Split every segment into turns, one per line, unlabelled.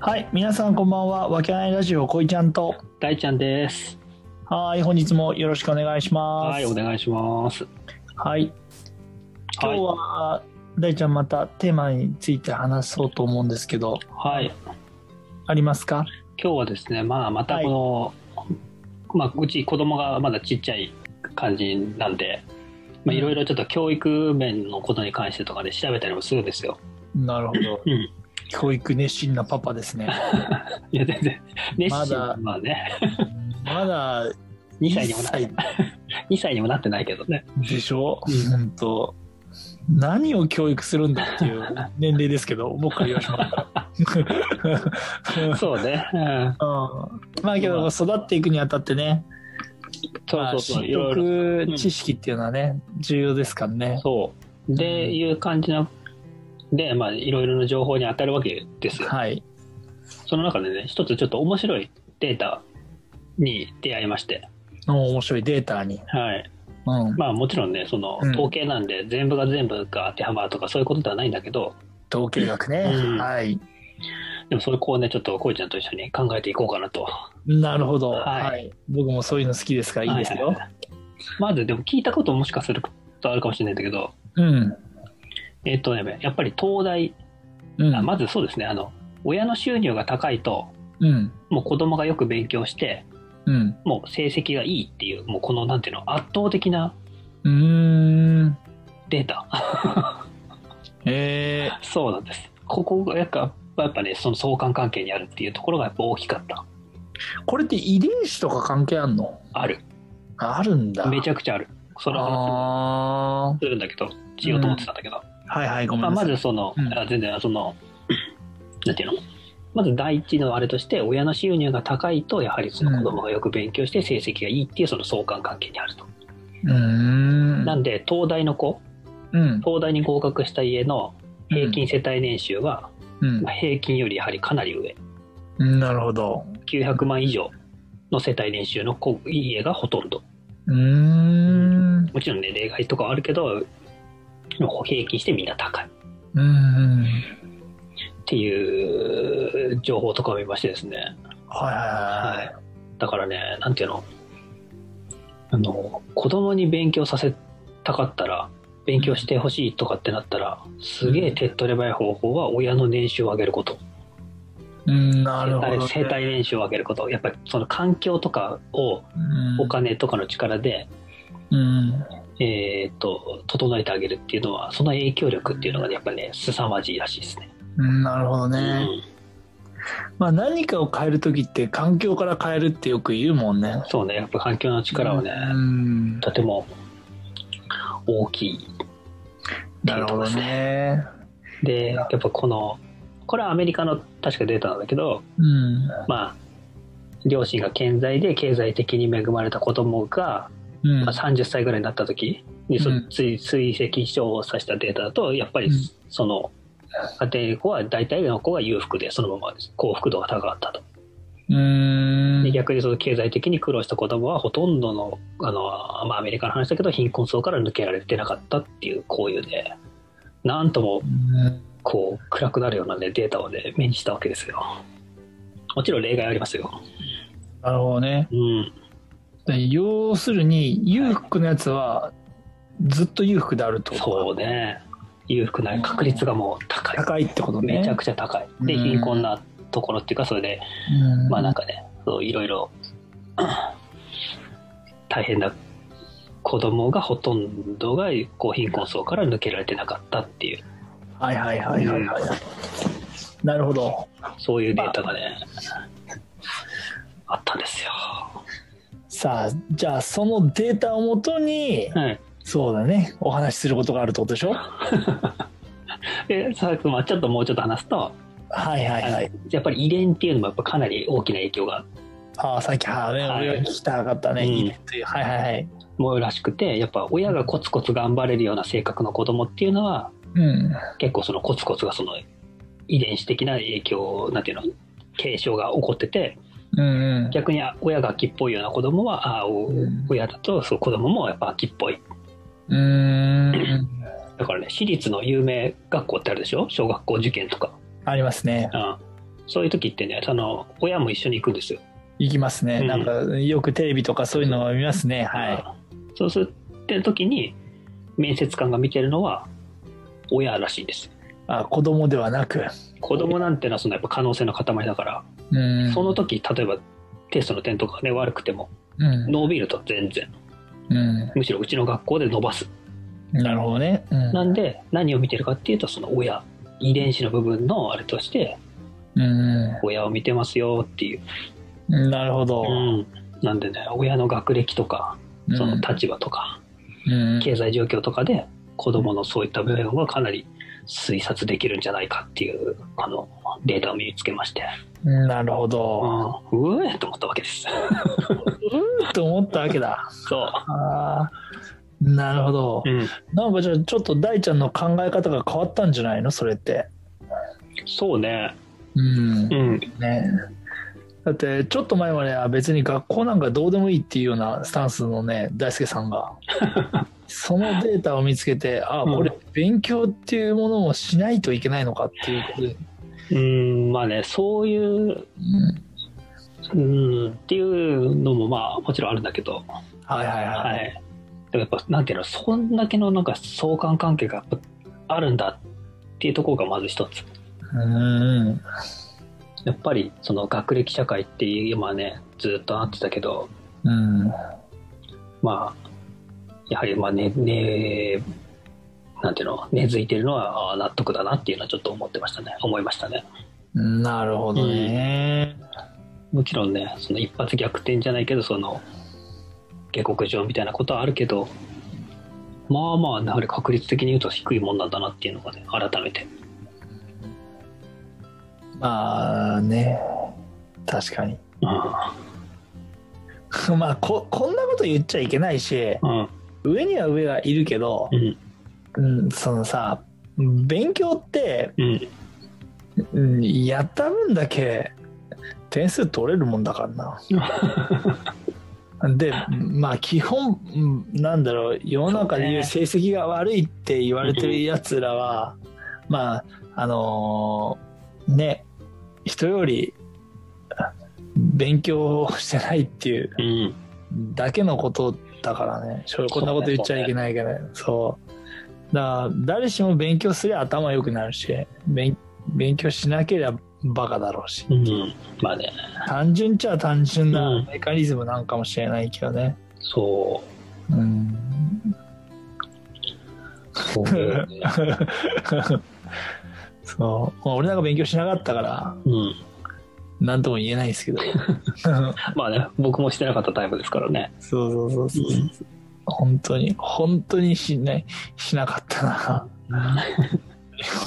はい、皆さんこんばんは。わけないラジオこいちゃんと。
大ちゃんです。
はい、本日もよろしくお願いします。
はい、お願いします。
はい今日は、大ちゃんまたテーマについて話そうと思うんですけど、
はい、はい
ありますか？
今日はですね、まあ、またこの、まあ、うち子供がまだちっちゃい感じなんで、まあ、いろいろちょっと教育面のことに関してとかで調べたりもするんですよ。
なるほど。
うん。
教育熱心なパパです ね。
いや、全然、熱心
まだ
まあね、
まだ
2歳にもな
1
2歳にもなってないけどね。
でしょ
うん？
本当。何を教育するんだっていう年齢ですけど、僕から言わしました。
そうね。うん。
う ん、まあけど育っていくにあたってね、
そう
まあ
そうそう、
知
いろいろ。
得
うん
知識っていうのはね、重要ですからね。
そう。で、
うん
いう感じな、で、まあ、いろいろな情報に当たるわけですよ。
はい。
その中でね、一つちょっと面白いデータに出会いまして、
の面白いデータに。
はい。
うん。
まあもちろんね、その
うん
統計なんで全部が全部が当てはまるとかそういうことではないんだけど、
統計学ね。
うん
はい。
でもそれこうね、ちょっとこいちゃんと一緒に考えていこうかなと。
なるほど、
は
はいい。僕もそういうの好きですからいいですよ。
ははまずでも聞いたこともしかするとあるかもしれないんだけど、
うん。
えっ、とね、やっぱり東大、
うん。
あまずそうですね、あの、親の収入が高いと、
うん。
もう子供がよく勉強して、
うん。
もう成績がいいっていう、もうこのなんていうの、圧倒的な
うーん。
データ。
え
そうなんです。ここがやっぱやっぱね、その相関関係にあるっていうところがやっぱ大きかった。
ー、これって遺伝子とか関係あんの
ある。
あるんだ。
めち
ゃ
ゃくちゃある。それは
あー
するんだけど、しようと思ってたんだけど。
はいはい、ごめ
まあ、
んな
ま
さい。
ずその、
うん
あ全然その、 なんていうのまず第一のあれとして、親の収入が高いと、やはりその子供がよく勉強して成績がいいっていうその相関関係にあると。
うーん。
なんで、東大の子、
うん。
東大に合格した家の平均世帯年収は、
うん。
まあ平均よりやはりかなり上。
うん。なるほど。
900万以上の世帯年収の子家がほとんど。
うーん。
もちろんね、例外とかはあるけど、平均してみんな高い
うんうん。
っていう情報とかを見ましてですね。
はいはいはい。
はい。だからね、なんていうの、あの、子供に勉強させたかったら、勉強してほしいとかってなったら、すげえ手っ取り早い方法は親の年収を上げること。
うん、なるほど、ね。
世帯年収を上げること。やっぱりその環境とかを
うん
お金とかの力で、
うん。
えーっと、整えてあげるっていうのは、その影響力っていうのがねやっぱね、凄まじいらしいですね。
うんなるほど
う
ね。
ん
まあ何かを変える時って環境から変えるってよく言うもんね。
そうね、やっぱ環境の力はね、
うん。
とても大きい。
なるほどね。
で、やっぱこの、これはアメリカの確かデータなんだけど、
うん。
まあ、両親が健在で経済的に恵まれた子供が、
うん
まあ、30歳ぐらいになった時に、そ
うん
追追跡書を指したデータだと、やっぱり
うん
その、家庭の子は大体の子が裕福で、そのまま幸福度が高かったと。
うん
で逆にその経済的に苦労した子供はほとんどのあの、まあ、アメリカの話だけど貧困層から抜けられてなかったっていうこういうねなんとも
うん
こう暗くなるような、ね、データをね目にしたわけですよもちろん例外ありますよ
なるほどね。
うん
で要するに裕福なやつはずっと裕福であるってことか
そう。ね裕福な確率がもう高い
高いってことね。
めちゃくちゃ高いで
うん
貧困なところっていうかそれで
うん
まあなんかねそういろいろ 大変な子供がほとんどがこう貧困層から抜けられてなかったっていう
はいはいはいはいはい。なるほど。
そういうデータがね、あったんですよ。
さあ、じゃあそのデータをもとに、
はい、
そうだね、お話しすることがあるってことでしょは
で佐々木君はちょっともうちょっと話すと、
いはいはい。
あのやっぱり遺伝っていうのもやっぱかなり大きな影響が
ああ、さっき、はあね、
はい
俺が聞きたかったね。
うん
いいねっていうはいはいはい。
もうらしくてやっぱ親がコツコツ頑張れるような性格の子供っていうのは
うん。
結構そのコツコツがその遺伝子的な影響なんていうの継承が起こってて
うん
逆に親が秋っぽいような子供はああお
うん
親だとそう子供もやっぱ秋っぽい
うん。うーん。
だからね私立の有名学校ってあるでしょ小学校受験とか
ありますね。
うん、そういう時ってね、その、親も一緒に行くんですよ。
行きますね、
うん。
なんかよくテレビとかそういうのは見ますねはい
そうするって時に、面接官が見てるのは、親らしいんです。
いあ子供ではなく
子供なんてのは、そのやっぱ可能性の塊だから、
うん
その時、例えば、テストの点とかね、悪くても、
うん、
伸びると全然。
うん、
むしろうちの学校で伸ばす。
なるほどね、うん、
なんで、何を見てるかっていうと、その親、遺伝子の部分のあれとして、
うん
親を見てますよっていう。
なるほど、
うん。なんでね、親の学歴とか、
うん、
その立場とか、
うん
経済状況とかで子どものそういった部分はかなり推察できるんじゃないかっていうあのデータを身につけまして、
なるほ
う
ど、
ん、うえと思ったわけです
と思ったわけだ
そ
あーなるほど
う、うん、
なんかじゃあちょっと大ちゃんの考え方が変わったんじゃないのそれって
そうね
うん
うん
ねだってちょっと前までは別に学校なんかどうでもいいっていうようなスタンスのね大輔さんが そのデータを見つけてあ
うん
これ勉強っていうものをしないといけないのかっていうことで、
うんまあねそういう、
うん
うん、っていうのもまあもちろんあるんだけど
はいはいはい、
はいでもやっぱなんていうのそんだけのなんか相関関係がやっぱあるんだっていうところがまず一つ
うん
やっぱりその学歴社会って今ねずっとなってたけど
うん
まあ、やはりまあ、ね、ね、なんていうの、根付いてるのはあー納得だなっていうのはちょっと思ってましたね、思いましたね。
うんなるほどね、
もちろんね、その一発逆転じゃないけど、その、下克上みたいなことはあるけど、まあまあ、やはり確率的に言うと低いもんなんだなっていうのがね、改めて。
まあね確かに
うん
まあここんなこと言っちゃいけないし
うん。
上には上がいるけど
う、ん。
うん、そのさ勉強って
うん。
うんやった分だけ点数取れるもんだからな。でまあ基本うんなんだろう世の中でいう成績が悪いって言われてるやつらは、まああのーね人より勉強してないっていう
うん。
だけのことだからねしょこんなこと言っちゃいけないけどそうだから誰しも勉強すりゃ頭良くなるし勉勉強しなければバカだろうし
うん。まあね、
単純っちゃ単純
う
なんメカニズムなんかもしれないけどね
そ
うん
う。そういう ね
そうまあ俺なんか勉強しなかったから
うん。
何とも言えないです けど
まあね、僕もしてなかったタイプですからね。
そうそうそうそうそう本当に本当にしないしなかったな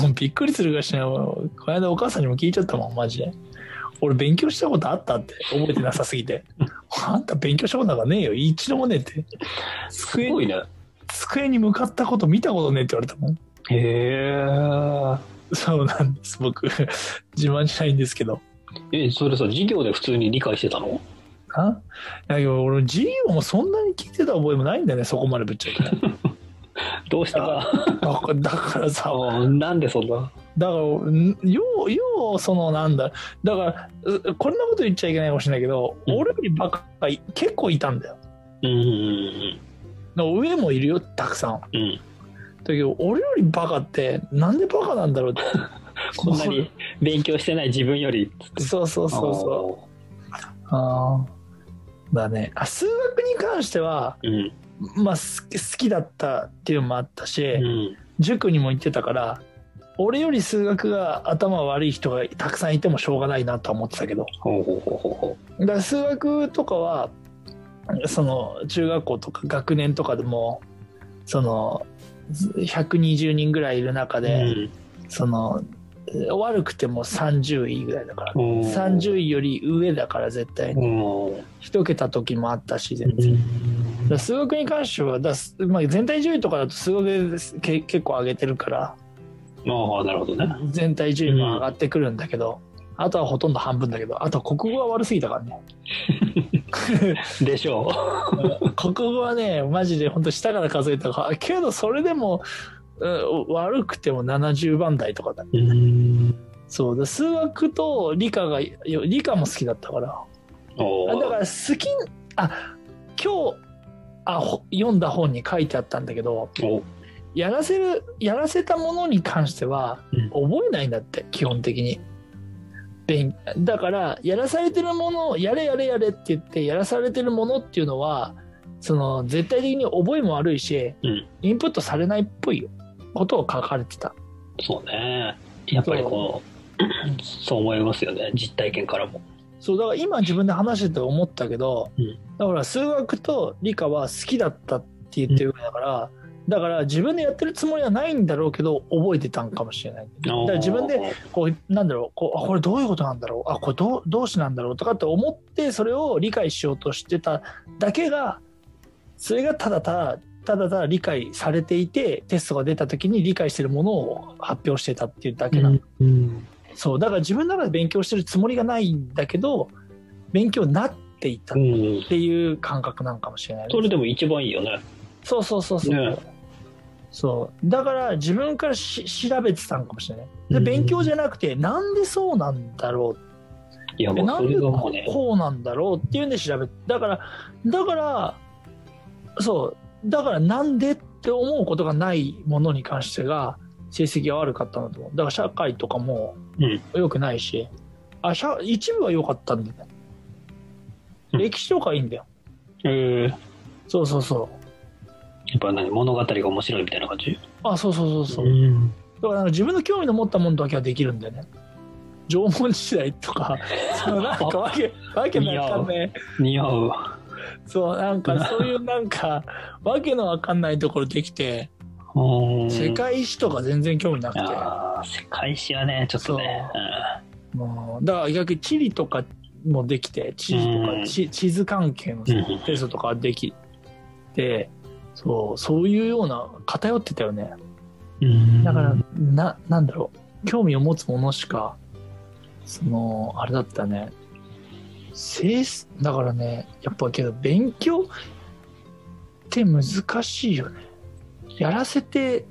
もうびっくりするがしないこの間お母さんにも聞いちゃったもんマジで俺勉強したことあったって覚えてなさすぎて あんた勉強したことなんかねえよ一度もねえって
す
机
ごい
に
ね。
机に向かったこと見たことねえって言われたもん
へえ。
そうなんです僕自慢しないんですけど
え、それさ、授業で普通に理解してたの
あだけど俺授業もそんなに聞いてた覚えもないんだよねそこまでぶっちゃけ
どうした
あだからだからさ
あなんでそんな。
だからんようようそのなんだだからうこんなこと言っちゃいけないかもしれないけど、
うん
俺よりバカがい結構いたんだよ
うんうん
の上もいるよたくさんだ
うんうん。
けど俺よりバカってなんでバカなんだろうって
こんなに勉強してない自分より。
そうそうそうそうあーだねあ数学に関しては
う。うん。
まあす好きだったっていうのもあったし、
うん。
塾にも行ってたから俺より数学が頭悪い人がたくさんいてもしょうがないなとは思ってたけど
ほうほうほうほうほ
だから数学とかはその中学校とか学年とかでもその120人ぐらいいる中
う。
で、その悪くても30位ぐらいだから、
うん。
30位より上だから絶対に
うん。
1桁時もあったし全然、だから数学に関してはだすまあ、全体順位とかだと数学でけ結構上げてるから
ああ、なるほどね。
全体順位も上がってくるんだけど、あとはほとんど半分だけどあと国語は悪すぎたから ね
でしょ
国語はねマジで本当下から数えたからけどそれでも、うん悪くても70番台とかだ
う。うん。
そうだ数学と理科がよ理科も好きだったから
お
あだから
ー
好きあ今日あほ読んだ本に書いてあったんだけど
お
やらせるやらせたものに関しては
うん
覚えないんだって基本的に勉だからやらされてるものをやれやれやれって言ってやらされてるものっていうのはその絶対的に覚えも悪いし、
うん
インプットされないっぽいことを書かれてた
そうねやっぱりこうそう思いますよね実体験からも
そうだから今自分で話してて思ったけど、
うん
だから数学と理科は好きだったって言ってるぐらいだから、だから自分でやってるつもりはないんだろうけど覚えてたんかもしれないだから自分でこうなんだろうこうあこれどういうことなんだろうあこれどうどうしなんだろうとかって思ってそれを理解しようとしてただけがそれがただただただただ理解されていてテストが出た時に理解してるものを発表してたっていうだけなの
うん
そうだから自分の中で勉強してるつもりがないんだけど勉強になっていた
う
っ
ん
ていう感覚なんかもしれないね、
それでも一番いいよね
そうそうそうそう、
ね
そうだから自分からし調べてたんかもしれないで
うん
勉強じゃなくてなんでそうなんだろ
いや
うで
もう
な
そ
ん
れ
で
がもうね
こうなんだろうっていうんで調べてだからだからそうだからなんでって思うことがないものに関してが成績が悪かったんだと思うだから社会とかも
うん
良くないし、あ社一部は良かったんだよね、
うん
歴史とかいいんだよ
えーや
そうそうそう
っぱ何物語が面白いみたいな感じ
あそうそうそうそう、
ん
だからなんか自分の興味の持ったものだけはできるんだよね縄文時代と かそのなんかわけわけのわかんない
似合う
そうなんかそういうなん かわけのわかんないところできて
うん
世界史とか全然興味なくて、
あー世界史はねちょっとね
うんだから逆に地理とかもできて地理と
うん
か地地図関係の
う
さ
んうん
テストとかできてそうそういうような偏ってたよね
うん
だからななんだろう興味を持つものしかそのあれだったね性質だからねやっぱけど勉強って難しいよねやらせて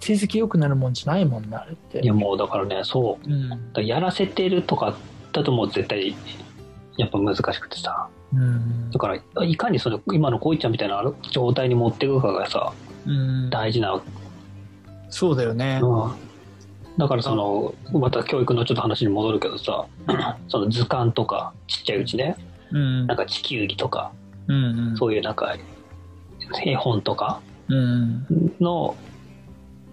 成績良くなるもんじゃないもんなあれって
いやもうだからねそう
うん
だからやらせてるとかだともう絶対やっぱ難しくてさ
うん
だからいかにそれ今のこいちゃんみたいな状態に持っていくかがさ
うん
大事なわけ、
そうだよね
だからそのまた教育のちょっと話に戻るけどさ その図鑑とかちっちゃいうちね
うん
なんか地球儀とか
うんうん
そういうなんか絵本とか
うん
の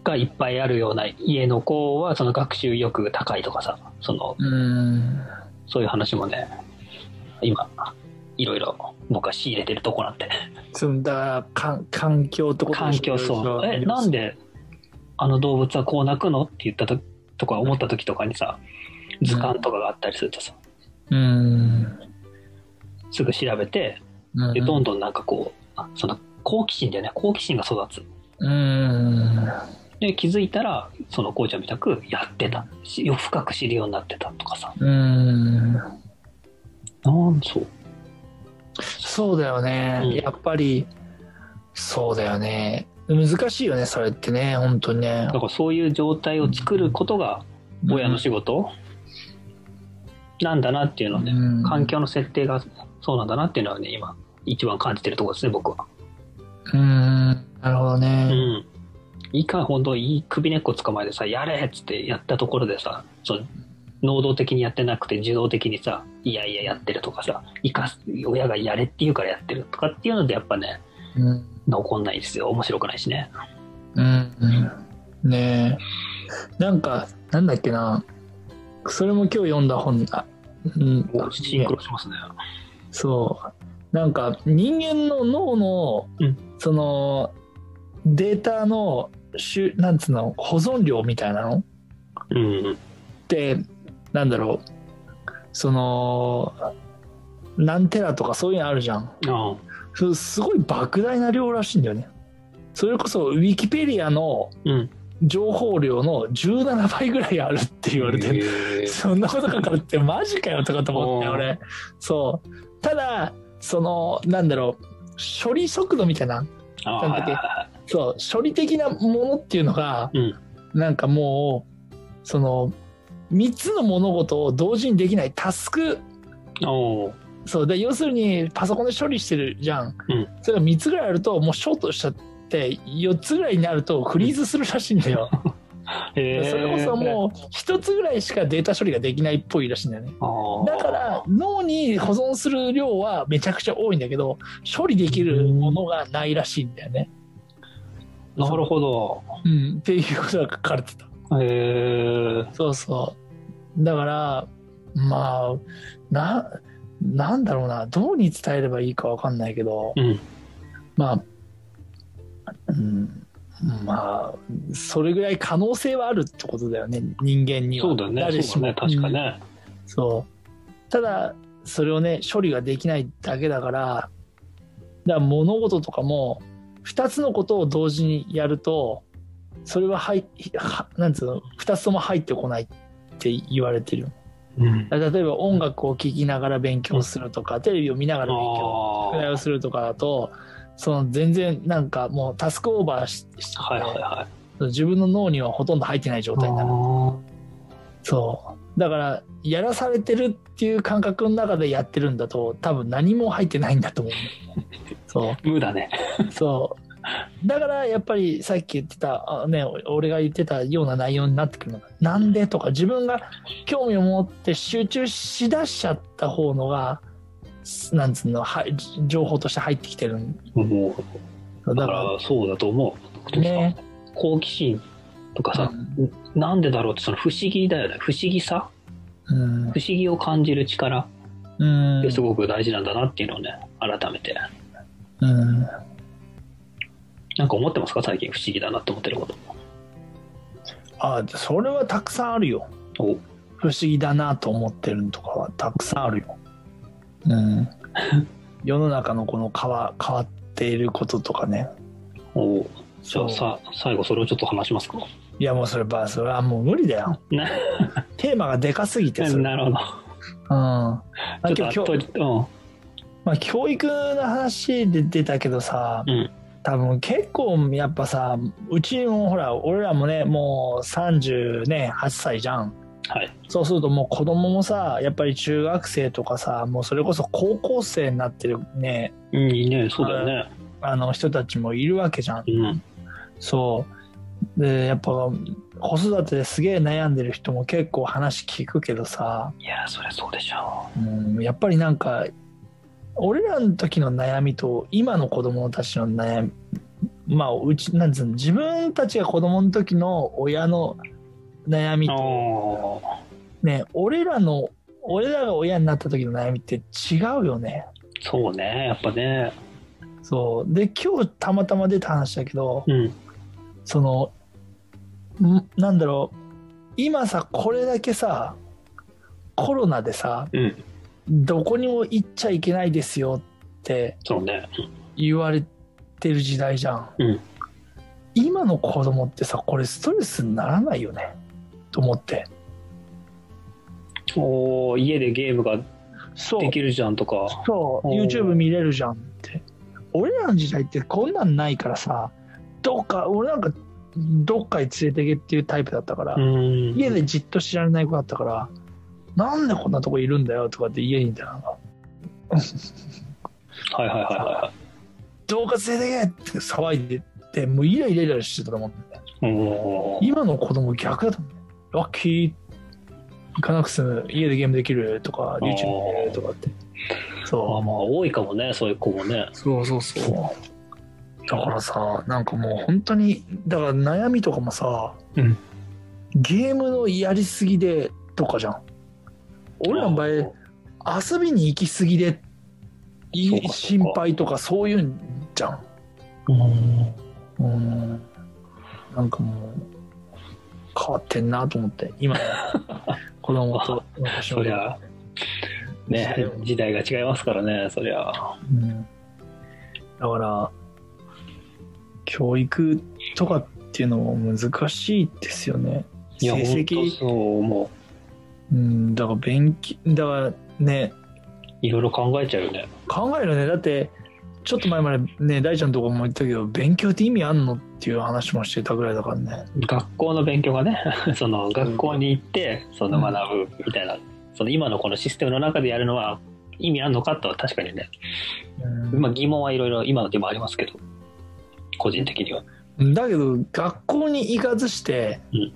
がいっぱいあるような家の子はその学習意欲が高いとかさその
うん
そういう話もね今いろいろ僕は仕入れてるとこなんて
そのだからかん環境ってこと
環境そうえなん
で
であの動物はこう鳴くのって言ったととか思った時とかにさ図鑑とかがあったりするとさ
しょうん
すぐ調べて
うん
でどんどんなんかこうあその好奇心だよね好奇心が育つ
うん
で気づいたらそのこうちゃんみたくやってたしよ深く知るようになってたとかさ
うん
なんそう
そうだよね、
うん
やっぱりそうだよね難しいよねそれってね本当にね
だからそういう状態を作ることが親の仕事なんだなっていうのをね
うん
環境の設定がそうなんだなっていうのはね今一番感じてるところですね僕は。
うんなるほど
う
ね、
ん、いかに本当いい首根っこ捕まえてさやれっつってやったところでさそう能動的にやってなくて受動的にさいやいややってるとかさいかす親がやれって言うからやってるとかっていうのでやっぱね
うん
残んないですよ面白くないしね
うんねえなんかなんだっけなそれも今日読んだ本だ、うん
もうシンクロしますね
そうなんか人間の脳の、
うん
そのデータのしゅなんつうの保存量みたいなの
うん
ってなんだろうその何テラとかそういうのあるじゃん
あ
すすごい莫大な量らしいんだよねそれこそウィキペディアの
うん
情報量の17倍ぐらいあるって言われてる
る
そんなこと書かれてマジかよとかと思って
おー
俺そうただそのなんだろう処理速度みたいなな
あ
んだっけそう処理的なものっていうのが、
うん
なんかもうその3つの物事を同時にできないタスク
おー
そうで要するにパソコンで処理してるじゃん、
うん
それが3つぐらいあるともうショートしちゃって4つぐらいになるとフリーズするらしいんだよ、
へー
それこそもう1つぐらいしかデータ処理ができないっぽいらしいんだよね
あー
だから脳に保存する量はめちゃくちゃ多いんだけど処理できるものがないらしいんだよね、
なるほど
うん、っていうことが書かれてた
へえ
そうそう。だから、まあ、な、なんだろうな、どうに伝えればいいかわかんないけど、
うん
まあ、うん、まあ、それぐらい可能性はあるってことだよね、人間には。
そうだね
誰し
そう
も
だね確か
うん
ね
そう。ただ、それをね、処理ができないだけだから、だから物事とかも、2つのことを同時にやると、それは入は、なんつうの、2つとも入ってこないって言われてるよ。
うん
だから例えば音楽を聴きながら勉強するとか、テレビを見ながら勉強、
あ
宿題
ー
をするとかだと、その全然なんかもうタスクオーバーしして、
はいはいはい
自分の脳にはほとんど入ってない状態になる。そうだからやらされてるっていう感覚の中でやってるんだと多分何も入ってないんだと思うんだよね
あー無だね
そうそうだからやっぱりさっき言ってたあねお俺が言ってたような内容になってくるのがなんでとか自分が興味を持って集中しだしちゃった方のがすなんつうのは情報として入ってきてるん
も
だ
うだ
か
かららそうだと思う
ね
好奇心とかさ、なんでだろうってその不思議だよね不思議さ
うん
不思議を感じる力っ
うん
てすごく大事なんだなっていうのをね改めて
うん
なんか思ってますか最近不思議だなって思ってること
あそれはたくさんあるよ
お
不思議だなと思ってるのとかはたくさんあるよ。 うん。世の中のこの変わ変わっていることとかね。
おじ
そ
ゃあ
う
さ最後それをちょっと話しますか
いやもうそればそれはもう無理だよ。
な
テーマがでかすぎてそれ。
なるほど
うん。まあ
ち
今
ょっ
日今
と
日
後
まあ教育の話で出たけどさ、
うん
多分結構やっぱさうちもほら俺らもねもう38歳じゃん。
はい
そうするともう子供もさやっぱり中学生とかさもうそれこそ高校生になってるね
うんうんいいねそうだよね
あの人たちもいるわけじゃん。
うん
そうでやっぱ子育てですげえ悩んでる人も結構話聞くけどさ、
いやそりゃそうでしょ
うん、やっぱりなんか俺らの時の悩みと今の子供たちの悩みまあうちなんつうの自分たちが子供の時の親の悩み
う
と
おー
ね俺らの俺らが親になった時の悩みって違うよね。
そうねやっぱね
そうで今日たまたま出た話だけど、
うん
そのんなんだろう今さこれだけさコロナでさ
うん
どこにも行っちゃいけないですよって
そうね
言われてる時代じゃん、
うん
今の子供ってさこれストレスにならないよねと思って
おお家でゲームが
そう
できるじゃんとか
そう
おー
YouTube 見れるじゃんって俺らの時代ってこんなんないからさどっか俺なんかどっかへ連れてけっていうタイプだったから、
うん
家でじっと知られない子だったから、なんでこんなとこいるんだよとかって家にいたら、
はいはいはいはいは
どうか連れてけって騒いでて、もうイライライラしてたと思うんだよね。
いおー
今の子供逆だと思うんだよ。ラッキー行かなくても家でゲームできるとか、
ー
YouTube 見れるとかって。
あ
そ
まあ多いかもねそういう子もね
う。そうそうそう。だからさ、なんかもう本当に、だから悩みとかもさ、
うん
ゲームのやりすぎでとかじゃん。俺らの場合、遊びに行き過ぎでい
そうかそうか
心配とかそういうんじゃん。
うん
うんなんかもう変わってんなと思って 今の子供と
そりゃね時代が違いますからねそりゃ
うんだから教育とかっていうのも難しいですよね。
いや
成
本
績
当そう思
うんだから勉強だからね
ういろいろ考えちゃうよね
考えるねだってちょっと前までね大ちゃんのとこも言ったけど勉強って意味あんのっていう話もしてたぐらいだからね
学校の勉強がね その学校に行ってその学ぶみたいな、その今のこのシステムの中でやるのは意味あんのかとは確かにね、
うん
まあ、疑問はいろいろ今でもありますけど個人的には
だけど学校に行かずして、
うん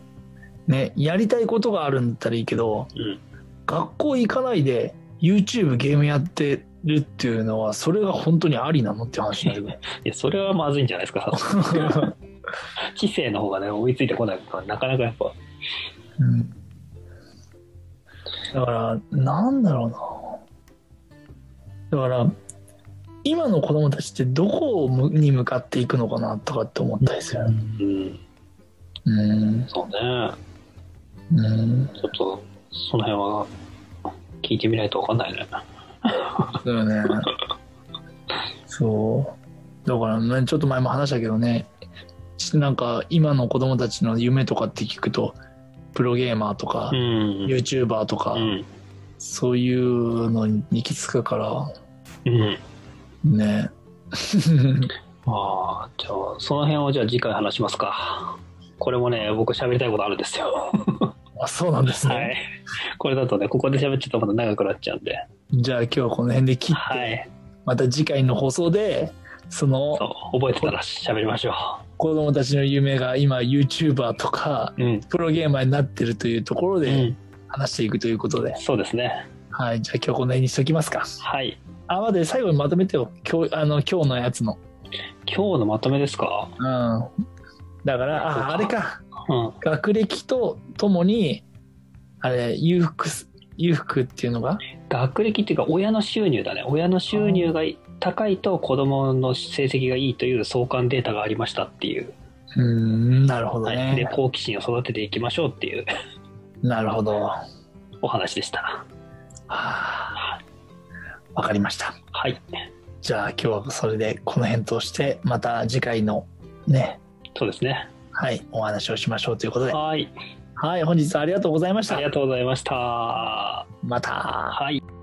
ね、やりたいことがあるんだったらいいけど
うん
学校行かないで YouTube ゲームやってるっていうのはそれが本当にありなのって話になるぐらい
いやそれはまずいんじゃないですか 知性の方がね追いついてこないからなかなかやっぱ
うんだからなんだろうなだから今の子供たちってどこに向かっていくのかなとかって思ったりする
うん
うん
そうね
うん
ちょっとその辺は聞いてみないと分かんないね
だよねそうだからねちょっと前も話したけどねちなんか今の子供たちの夢とかって聞くとプロゲーマーとか、
ん
YouTuber とか、
うん
そういうのに行き着くから
うん
ね
ああじゃあその辺をじゃあ次回話しますかこれもね僕喋りたいことあるんですよ
あそうなんですね、
はいこれだとねここで喋っちゃうとまた長くなっちゃうんで
じゃあ今日はこの辺で切って、
はい
また次回の放送でその
そう覚えてたら喋りましょ
子供たちの夢が今 YouTuber とか
ううん、
プロゲーマーになってるというところ
う
で
ん、
話していくということで、
そうですね
はいじゃあ今日はこの辺にしときますか
はい
あ、まだ最後にまとめてよ。今日、あの、今日のやつの。
今日のまとめですか
うん。だから、
そう
あ、
か
あれか。
うん
学歴とともに、あれ、裕福す、裕福っていうのが
学歴っていうか親の収入だね親の収入が高いと子供の成績がいいという相関データがありましたっていう、
うーん、なるほど
はい、で
ね。
好奇心を育てていきましょうっていう
なるほど。は
お話でした
あわかりました。
はい
じゃあ今日はそれでこの辺として、また次回のね、
そうですね
はい、お話をしましょうということで。
はい
はい、本日はありがとうございまし
あ
た
り。がとうございましたは
また。
い